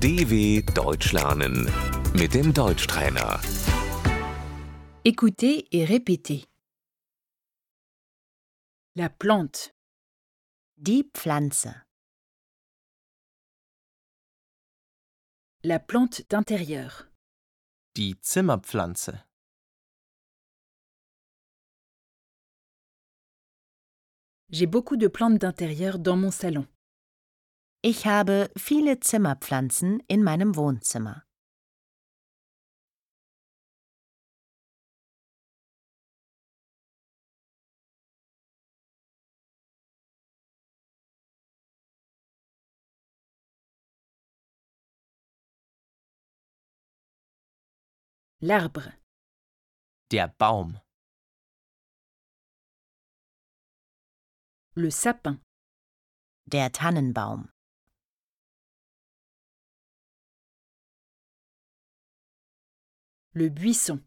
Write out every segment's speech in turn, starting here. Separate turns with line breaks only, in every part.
DW Deutsch lernen mit dem Deutschtrainer.
Écoutez et répétez. La plante,
Die Pflanze.
la plante d'intérieur,
Die Zimmerpflanze.
j'ai beaucoup de plantes d'intérieur dans mon salon.
Ich habe viele Zimmerpflanzen in meinem Wohnzimmer.
L'arbre,
Der Baum.
le sapin,
Der Tannenbaum.
le buisson,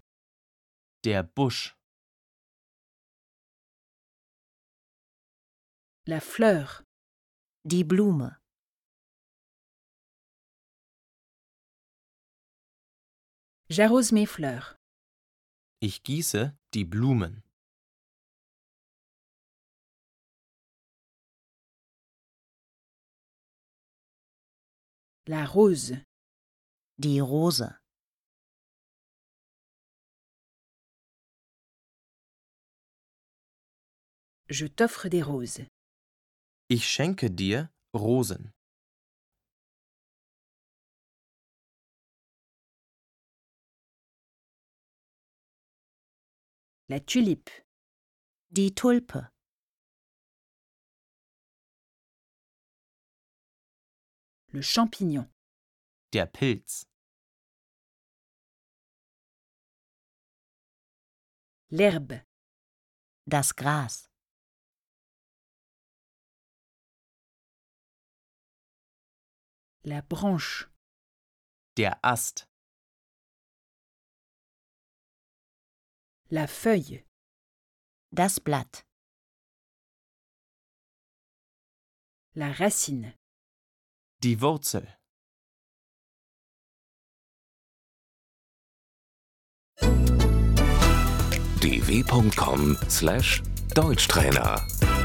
Der Busch.
la fleur,
Die Blume.
j'arrose mes fleurs,
Ich gieße die Blumen.
la rose,
Die Rose.
je t'offre des roses,
Ich schenke dir Rosen.
la tulipe,
Die Tulpe.
le champignon,
Der Pilz.
l'herbe,
Das Gras.
la branche,
Der Ast.
la feuille,
Das Blatt.
la racine,
Die Wurzel.
dw.com/deutschtrainer